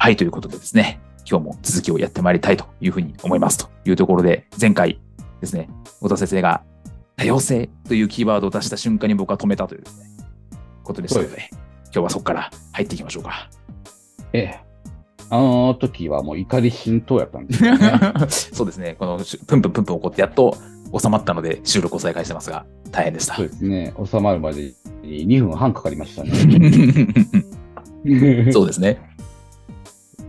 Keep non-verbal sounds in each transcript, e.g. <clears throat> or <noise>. はい、ということでですね、今日も続きをやってまいりたいというふうに思いますというところで、前回ですね、小田先生が多様性というキーワードを出した瞬間に僕は止めたというですねことでしたので、今日はそこから入っていきましょう <laughs> か。ええ。あの時はもう怒り浸透やったんです <laughs> よね。そうですね、このしプンプンプンプン怒ってやっと収まったので収録を再開してますが、大変でしたそう。ですね。収まるまでに2分半かかりました <laughs> ね。 <laughs> そうですね。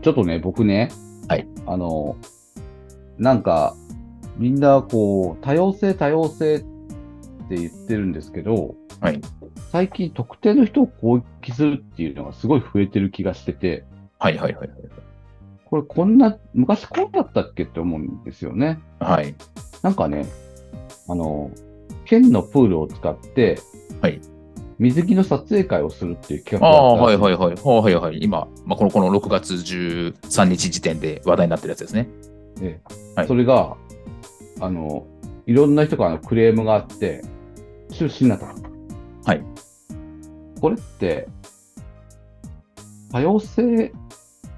ちょっとね、僕ね、はいあの、なんか、みんなこう、多様性、多様性って言ってるんですけど、はい最近特定の人を攻撃するっていうのがすごい増えてる気がしてて、はいはいはいこれこんな、昔こうだったっけって思うんですよね。はい。はい。なんかね、あの、県のプールを使って、はい水着の撮影会をするっていう企あ画あ、だったはいらはいはい。しはいはいはい。今、まあ、このこの6月13日時点で話題になってるやつですね。はいそれが、あの、いろんな人からのクレームがあって、中止になった。はい。これって、多様性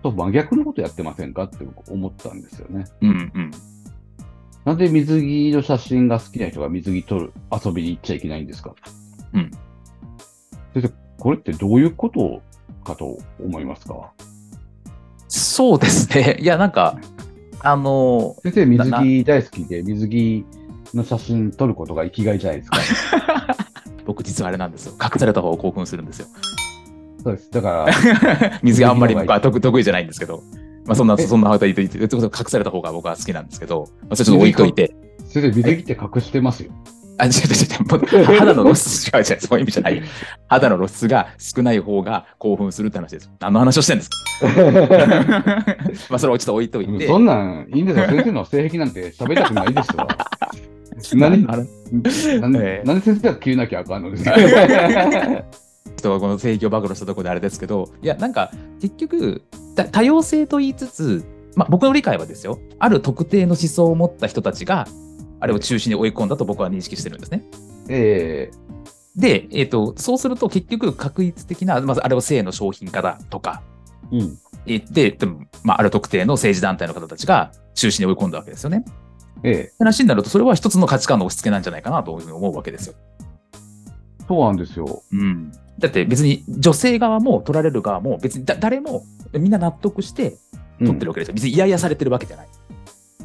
と真逆のことやってませんかって僕思ったんですよね。うんうん。なんで水着の写真が好きな人が水着撮る、遊びに行っちゃいけないんですかうん。先生、これってどういうことかと思いますかそうですね。 <laughs> いや、なんか、あの、先生、水な着大好きで、水着の写真撮ることが生きがいじゃない <laughs> ですか。僕実はあれなんですよ。隠された方を興奮するん <laughs> ですよ。そうです。だから、水着あんまり水着の方がいい僕は得得意じゃないんですけど、まあ、そんな、えそんな方がいいと言って、ということで隠された方が僕は好きなんですけど、まあ、それちょっと置いといて、先生、水着って隠してます <laughs> よ。あ、違う違う違うもう、肌の露 <laughs> 出、違う違う、そういう意味じゃない。肌の露出が少ない方が興奮するって話です。何の話をしてるんですか <laughs> まあ、それをちょっと置いといて。 <laughs> そんなん、いいんですよ。先生の性癖なんて喋りたくない <laughs> ですよ。何あのなんで、えーなんで先生が切れなきゃあかんのですか <laughs> 人はこの性域を暴露したところであれですけど、いや、なんか、結局、だ多様性と言いつつ、まあ、僕の理解はですよ、ある特定の思想を持った人たちが、あれを中心に追い込んだと僕は認識してるんですね。ええで、えっとそうすると結局、確率的な、まずあれを性の商品化だとか、うん。えで、でもまあ、ある特定の政治団体の方たちが中心に追い込んだわけですよね。ってええ話になると、それは一つの価値観の押し付けなんじゃないかなというふうに思うわけですよ。そうなんですよ。うん、だって別に女性側も取られる側も別にだ誰もみんな納得して取ってるわけですよ。別に嫌々されてるわけじゃない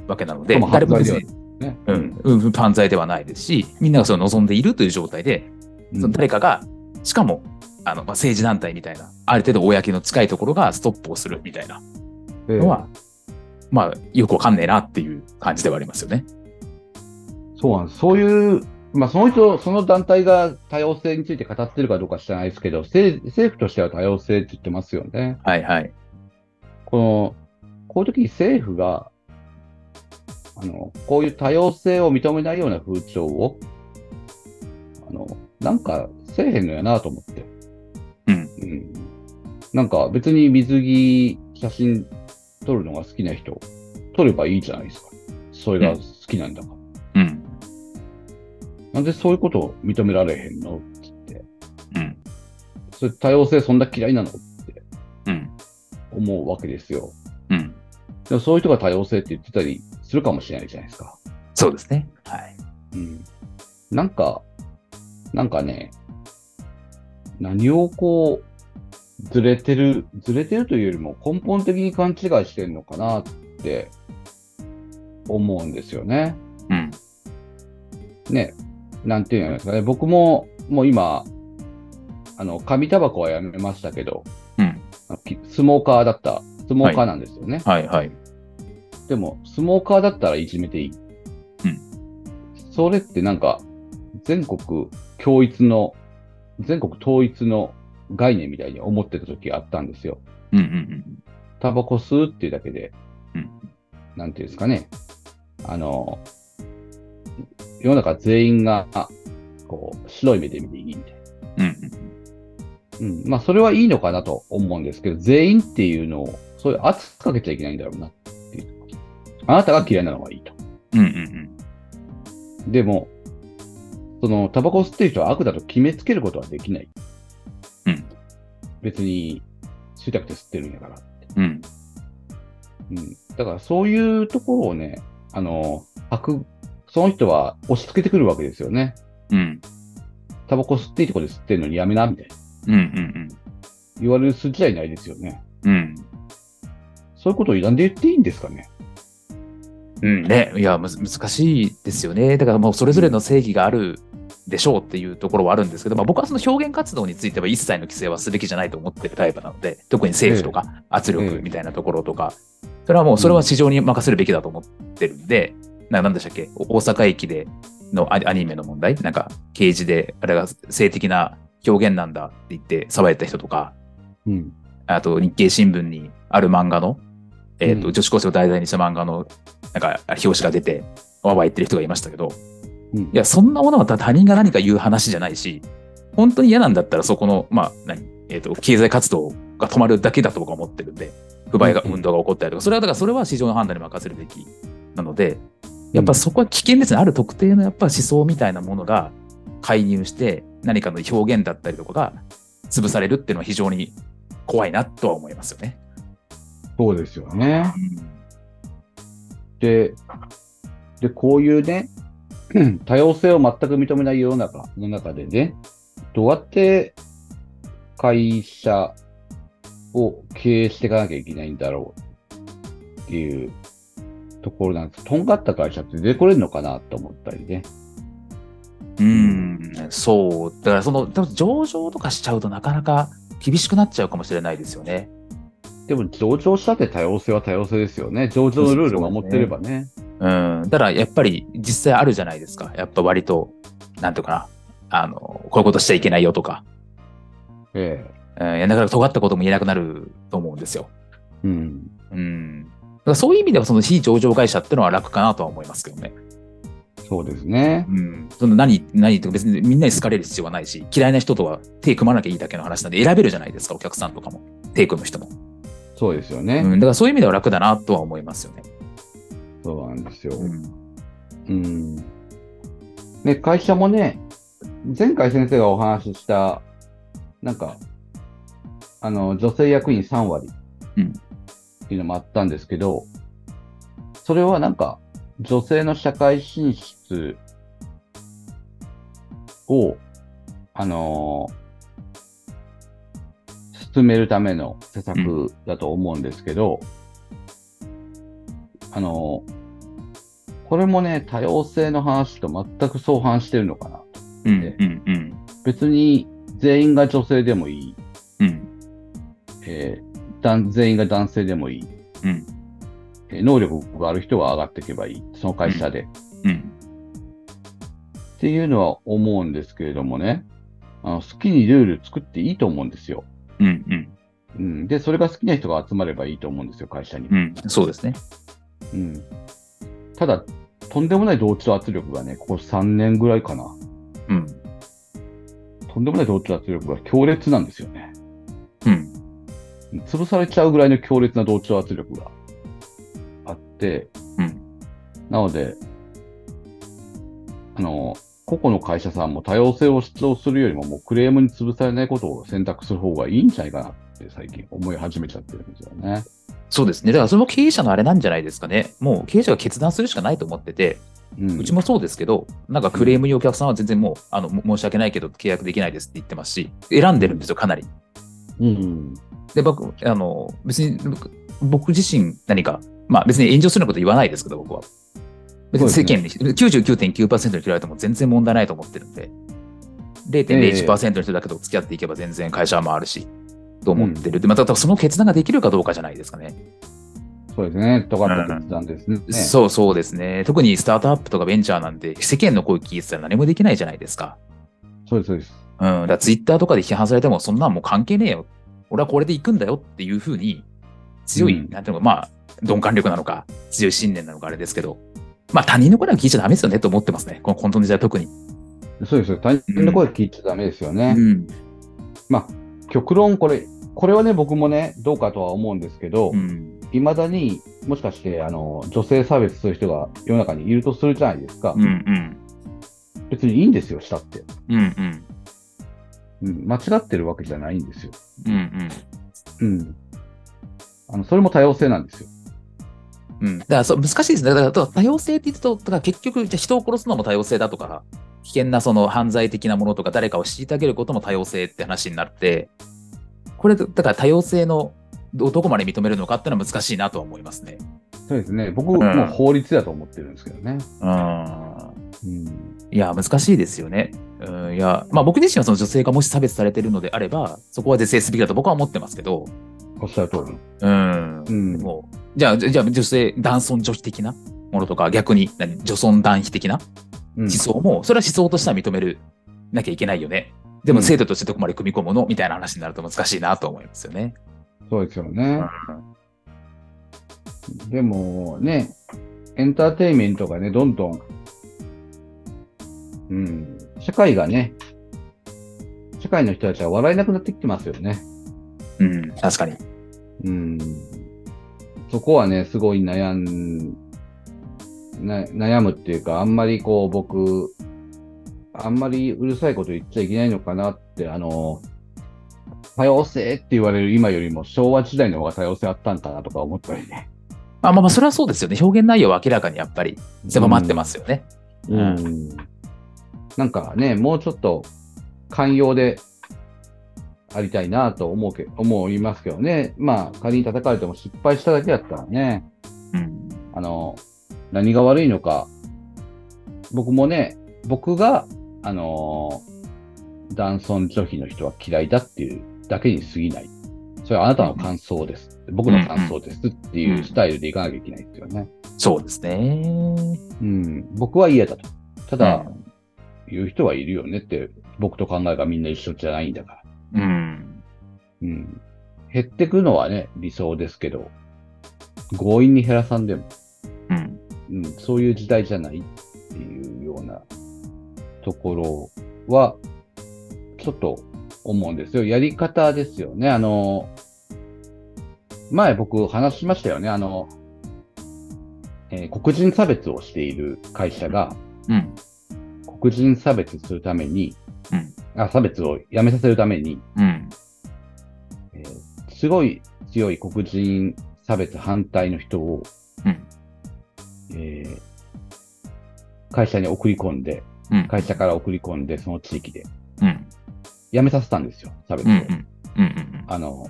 わけなので、でも誰も別犯罪に、ね。うんうん、犯罪ではないですし、みんながそれを望んでいるという状態で、うんその誰かが、しかもあの、まあ、政治団体みたいな、ある程度公の近いところがストップをするみたいなええのは、まあ、よくわかんねえなっていう感じではありますよね。そうなんです。そういう、まあ、その人、その団体が多様性について語ってるかどうか知らないですけど、政政府としては多様性って言ってますよね。はいはい。この、こういう時に政府が、あの、こういう多様性を認めないような風潮を、あの、なんかせえへんのやなと思って。うん。うん。なんか別に水着、写真撮るのが好きな人、撮ればいいじゃないですか。それが好きなんだから。うん。なんでそういうことを認められへんうのん。それ多様性そんな嫌いなのってうん。思うわけですよ。うん。でもそういう人が多様性って言ってたりするかもしれないじゃないですか。そうですね。はい。うん。なんか、なんかね、何をこう、ずれてる、ずれてるというよりも根本的に勘違いしてるのかなって思うんですよね。うん。ね、なんていうんですかね、僕ももう今、あの、紙タバコはやめましたけど、うんあのきスモーカーだった、スモーカーなんですよね。はいはい。でも、スモーカーだったらいじめていい。うんそれってなんか、全国共一の、全国統一の概念みたいに思ってた時あったんですよ。うんうんタバコ吸うっていうだけで、うんなんていうんですかね、あの、世の中全員が、あこう、白い目で見ていいみたいな。うん。うんうんうん。まあ、それはいいのかなと思うんですけど、全員っていうのを、そういう圧かけちゃいけないんだろうなっていう。あなたが嫌いなのはいいと。うんうんうん。でも、その、タバコを吸ってる人は悪だと決めつけることはできない。うん。別に、吸いたくて吸ってるんやから。うんうん。だから、そういうところをね、あの、悪、その人は押し付けてくるわけですよね。うんタバコ吸っていいとこで吸ってるのにやめな、みたいな。うんうん言われる筋合いないですよね。うんうん。そういうことをなんで言っていいんですかね。うんね、いやむず難しいですよね、だからもうそれぞれの正義があるでしょうっていうところはあるんですけど、まあ、僕はその表現活動については一切の規制はすべきじゃないと思ってるタイプなので、特に政府とか圧力みたいなところとか、それはもうそれは市場に任せるべきだと思ってるんで、ななんでしたっけ、お大阪駅でのアアニメの問題、なんか刑事で、あれが性的な表現なんだって言って騒いだ人とか、うん。あと日経新聞にある漫画の、えーとうん女子高生を題材にした漫画のなんか表紙が出て、わわ言ってる人がいましたけど、うんいや、そんなものは他他人が何か言う話じゃないし、本当に嫌なんだったら、そこの、まあ、何、えっ、と、経済活動が止まるだけだと僕は思ってるんで、不買が、うん運動が起こったりとか、それはだから、それは市場の判断に任せるべきなので、やっぱそこは危険ですね。ある特定のやっぱ思想みたいなものが介入して、何かの表現だったりとかが潰されるっていうのは非常に怖いなとは思いますよね。そうですよね。で、で、こういう <clears throat> ね、多様性を全く認めない世の中の中でね、どうやって会社を経営していかなきゃいけないんだろうっていうところなんです。とんがった会社って出てこれるのかなと思ったりね。うん、そう。だからその、多分上場とかしちゃうとなかなか厳しくなっちゃうかもしれないですよね。でも上場したって多様性は多様性ですよね。上場のルールを守ってればね。うん。だからやっぱり実際あるじゃないですか。やっぱ割と、なんていうかな、あの、こういうことしちゃいけないよとか、えうん、いやなかなか尖ったことも言えなくなると思うんですよ。え。うん。うん。だからそういう意味ではその非上場会社ってのは楽かなとは思いますけどね。そうですね。うん。その何、何とか別にみんなに好かれる必要はないし、嫌いな人とは手組まなきゃいいだけの話なんで選べるじゃないですか、お客さんとかも。手組む人も。そうですようね。ん。だからそういう意味では楽だなとは思いますよね。そうなんですよ。うん。うん。ね、会社もね、前回先生がお話しした、なんか、あの、女性役員3割うんっていうのもあったんですけど、それはなんか、女性の社会進出を、あのー進めるための施策だと思うんですけど、あのーこれもね、多様性の話と全く相反してるのかな。うん。うん。うん。別に全員が女性でもいい、うん。えー男全員が男性でもいい、うんえー能力がある人は上がっていけばいい、その会社で、うん。っていうのは思うんですけれどもね、あの好きにルール作っていいと思うんですよ、うん。うん。うん。で、それが好きな人が集まればいいと思うんですよ、会社に。うん。そうですね。うん、ただ、とんでもない同調圧力がね、ここ3年ぐらいかな、うん。とんでもない同調圧力が強烈なんですよね。うん。潰されちゃうぐらいの強烈な同調圧力があって、うんなので、あの、個々の会社さんも多様性を主張するよりも、もうクレームに潰されないことを選択する方がいいんじゃないかなって最近思い始めちゃってるんですよね。そうですね。だからそれも経営者のあれなんじゃないですかね。もう経営者が決断するしかないと思ってて、うん、うちもそうですけど、なんかクレームにお客さんは全然もう、あの、も申し訳ないけど契約できないですって言ってますし、選んでるんですよ、かなり。うん、で、僕、あの、別に、僕僕自身何か、まあ別に炎上するようなこと言わないですけど、僕は。別に世間に、99.9%に嫌われても全然問題ないと思ってるんで、 0.01%の人だけと付き合っていけば全然会社もあるし、と思ってる。で、また多分その決断ができるかどうかじゃないですかね。そうですね。とかった決断ですね。そうそうですね。特にスタートアップとかベンチャーなんて、世間の声聞いてたら何もできないじゃないですか。そうです、そうです。うん。だからツイッターとかで批判されても、そんなんもう関係ねえよ。俺はこれで行くんだよっていうふうに、強い、うんなんていうのか、まあ、鈍感力なのか、強い信念なのか、あれですけど、まあ他人の声は聞いちゃダメですよねと思ってますね。この混沌の時代は特に。そうですよ。他人の声聞いちゃダメですよね。うん。まあ、極論、これ、これはね、僕もね、どうかとは思うんですけどう、ん。いま、だにもしかして、あの、女性差別する人が世の中にいるとするじゃないですか。うんうん。別にいいんですよ、したって。うんうん。うん、間違ってるわけじゃないんですよ。うんうん。あの、それも多様性なんですよ。うん。うん、だからそう難しいですね。だからだから多様性って言うと、だから結局、じゃあ人を殺すのも多様性だとか、危険なその犯罪的なものとか、誰かを虐げることも多様性って話になって、これ、だから多様性のどどこまで認めるのかっていうのは難しいなとは思いますね。そうですね。僕、んもう法律だと思ってるんですけどね。うん。うん。いや、難しいですよね。うん、いや、まあ僕自身はその女性がもし差別されているのであれば、そこは是正すべきだと僕は思ってますけど、おっしゃる通りの。うんう。ん。もう、じゃあ、じゃあじゃあ女性、男尊女卑的なものとか、逆に、何、女尊男卑的なうん思想も、それは思想としては認める、なきゃいけないよね。でもうん制度としてどこまで組み込むのみたいな話になると難しいなと思いますよね。そうですよね。でもね、エンターテインメントがね、どんどん、うん、社会がね、社会の人たちは笑えなくなってきてますよね。うん、確かに。うん。そこはね、すごい悩ん、な悩むっていうか、あんまりこう僕、あんまりうるさいこと言っちゃいけないのかなって、あの、多様性って言われる今よりも昭和時代の方が多様性あったんかなとか思ったりね。あまあまあ、それはそうですよね。表現内容は明らかにやっぱり狭まってますよね。ううんんなんかね、もうちょっと寛容でありたいなと思うけ思いますけどね、まあ、仮に叩かれても失敗しただけだったらね、うん。あの何が悪いのか、僕もね、僕が、あの男尊女卑の人は嫌いだっていうだけに過ぎない。それはあなたの感想です。僕の感想ですっていうスタイルでいかなきゃいけないですよね。そうですね。うん、僕は嫌だと。ただ、うんいう人はいるよねって、僕と考えがみんな一緒じゃないんだから。うん。うん。減ってくのはね、理想ですけど、強引に減らさんでも、うん。うん、そういう時代じゃないっていうようなところは、ちょっと思うんですよ。やり方ですよね。あの、前僕話しましたよね。あの、えー黒人差別をしている会社が、うん。黒人差別するために、うんあ差別をやめさせるために、うん。えーすごい強い黒人差別反対の人を、うんえー会社に送り込んで、うん会社から送り込んで、その地域でうん。やめさせたんですよ、差別うを。ん。うん。うん。あの、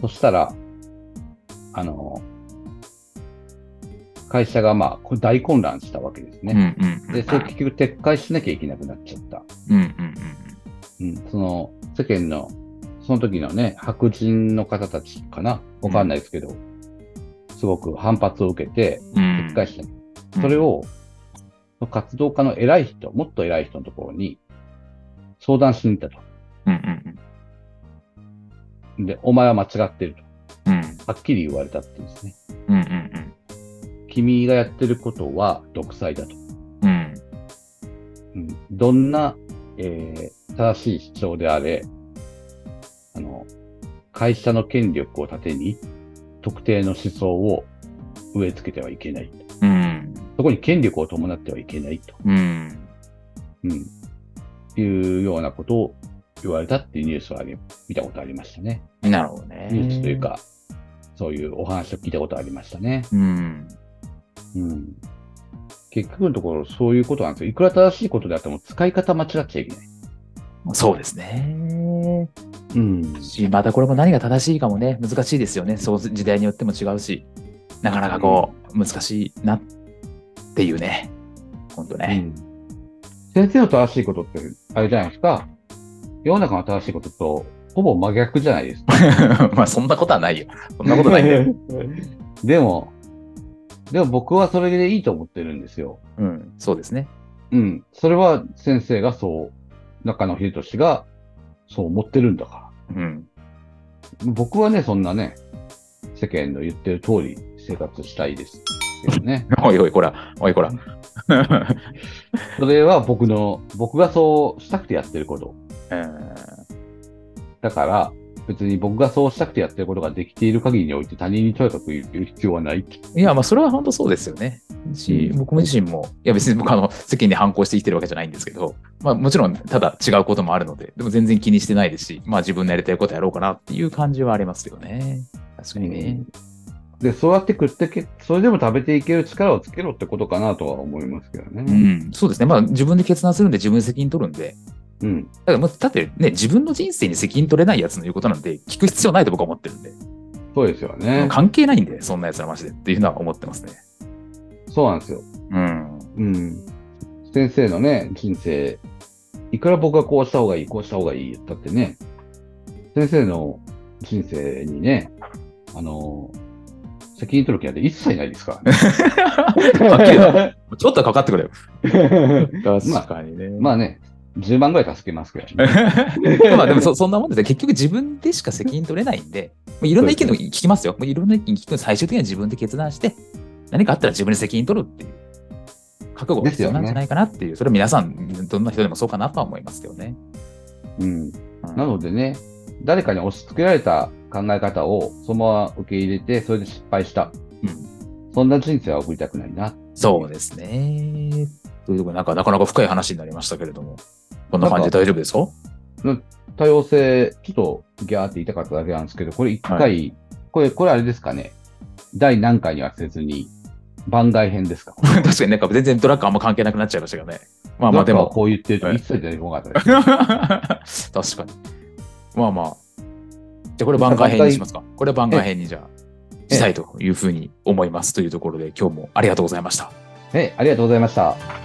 そしたら、あの、会社がまあこ大混乱したわけですうん。うん。ね。うん。で、それ結局撤回しなきゃいけなくなっちゃった。うん。うん。うん、その世間の、その時のね、白人の方たちかな、わかんないですけど、すごく反発を受けて、うん。撤回した、それを、その活動家の偉い人、もっと偉い人のところに相談しに行ったと。うん。うん。で、お前は間違ってるうん。と、はっきり言われたっていうんですね。うん。うん。君がやってることは独裁だと。うん。うん、どんな、えー正しい主張であれ、あの、会社の権力を盾に、特定の思想を植え付けてはいけない。うん。そこに権力を伴ってはいけないと。うん。うん。いうようなことを言われたっていうニュースをあり見たことありましたね。なるほどね。ニュースという。か、そういうお話を聞いたことありましたね。うん。うん。結局のところ、そういうことなんですよ。いくら正しいことであっても、使い方間違っちゃいけない。そうですね。うん。し、またこれも何が正しいかもね、難しいですよね。そう、時代によっても違うし、なかなかこう、難しいなっていうね。ほんとうね。ん先生の正しいことって、あれじゃないですか。世の中の正しいことと、ほぼ真逆じゃないですか。 <laughs> まあ、そんなことはないよ。そんなことないんだよ。でも、でも僕はそれでいいと思ってるんですよ。うん、そうですね。うん。それは先生がそう、中野秀俊がそう思ってるんだから。うん。僕はね、そんなね、世間の言ってる通り生活したいですけ <laughs> どね。 <laughs> おいおい、こら、おいこら。それは僕の、僕がそうしたくてやってること。 <laughs> うんだから、別に僕がそうしたくてやってることができている限りにおいて他人にとやかく言う必要はない。いや、まあ、それは本当そうですよね。し、うん僕自身も、いや、別に僕、あの、世間に反抗して生きてるわけじゃないんですけど、まあ、もちろん、ただ違うこともあるので、でも全然気にしてないですし、まあ、自分のやりたいことやろうかなっていう感じはありますよね。確かにね。で、そうやって食ってけ、それでも食べていける力をつけろってことかなとは思いますけどうね。ん、そうですね。まあ、自分で決断するんで、自分で責任取るんで、うん。だからもう、だってね、自分の人生に責任取れないやつの言うことなんて、聞く必要ないと僕は思ってるんで、そうですよね。関係ないんで、そんなやつらマジでっていうのは思ってますね。そうなんですよ。うん。うん。先生のね、人生、いくら僕がこうした方がいい、こうした方がいい言ったってね、先生の人生にね、あの、責任取る気なんて一切ないです <laughs> からね。はっきり言う <laughs> なちょっとはかかってくれよ。確かにね。まあね、10万ぐらい助けますけどね。 <laughs> まあでもそそんなもんですよ結局自分でしか責任取れないんで、もういろんな意見を聞きますよ。もういろんな意見聞く最終的には自分で決断して、何かあったら自分で責任取るっていう覚悟が必要なんじゃないかなっていう、それは皆さん、どんな人でもそうかなとは思いますけどね。うん。うんなのでね、誰かに押し付けられた考え方をそのまま受け入れて、それで失敗した。うんそんな人生は送りたくないな。そうですね。ということでなんかなかなか深い話になりましたけれども、こんな感じで大丈夫ですか多様性、ちょっとギャーって言いたかっただけなんですけど、これ一回、はこれ、これあれですかね。第何回にはせずに、番外編ですか。 <laughs> 確かになんか全然ドラッグあんま関係なくなっちゃいましたけどね。まあまあでなんもか。こう言ってるとはい一切出てこなかったです。 <laughs> 確かに。まあまあ。じゃあこれ番外編にしますか。これ番外編にじゃあえしたいというふうに思いますというところで今日もありがとうございました。はい、ありがとうございました。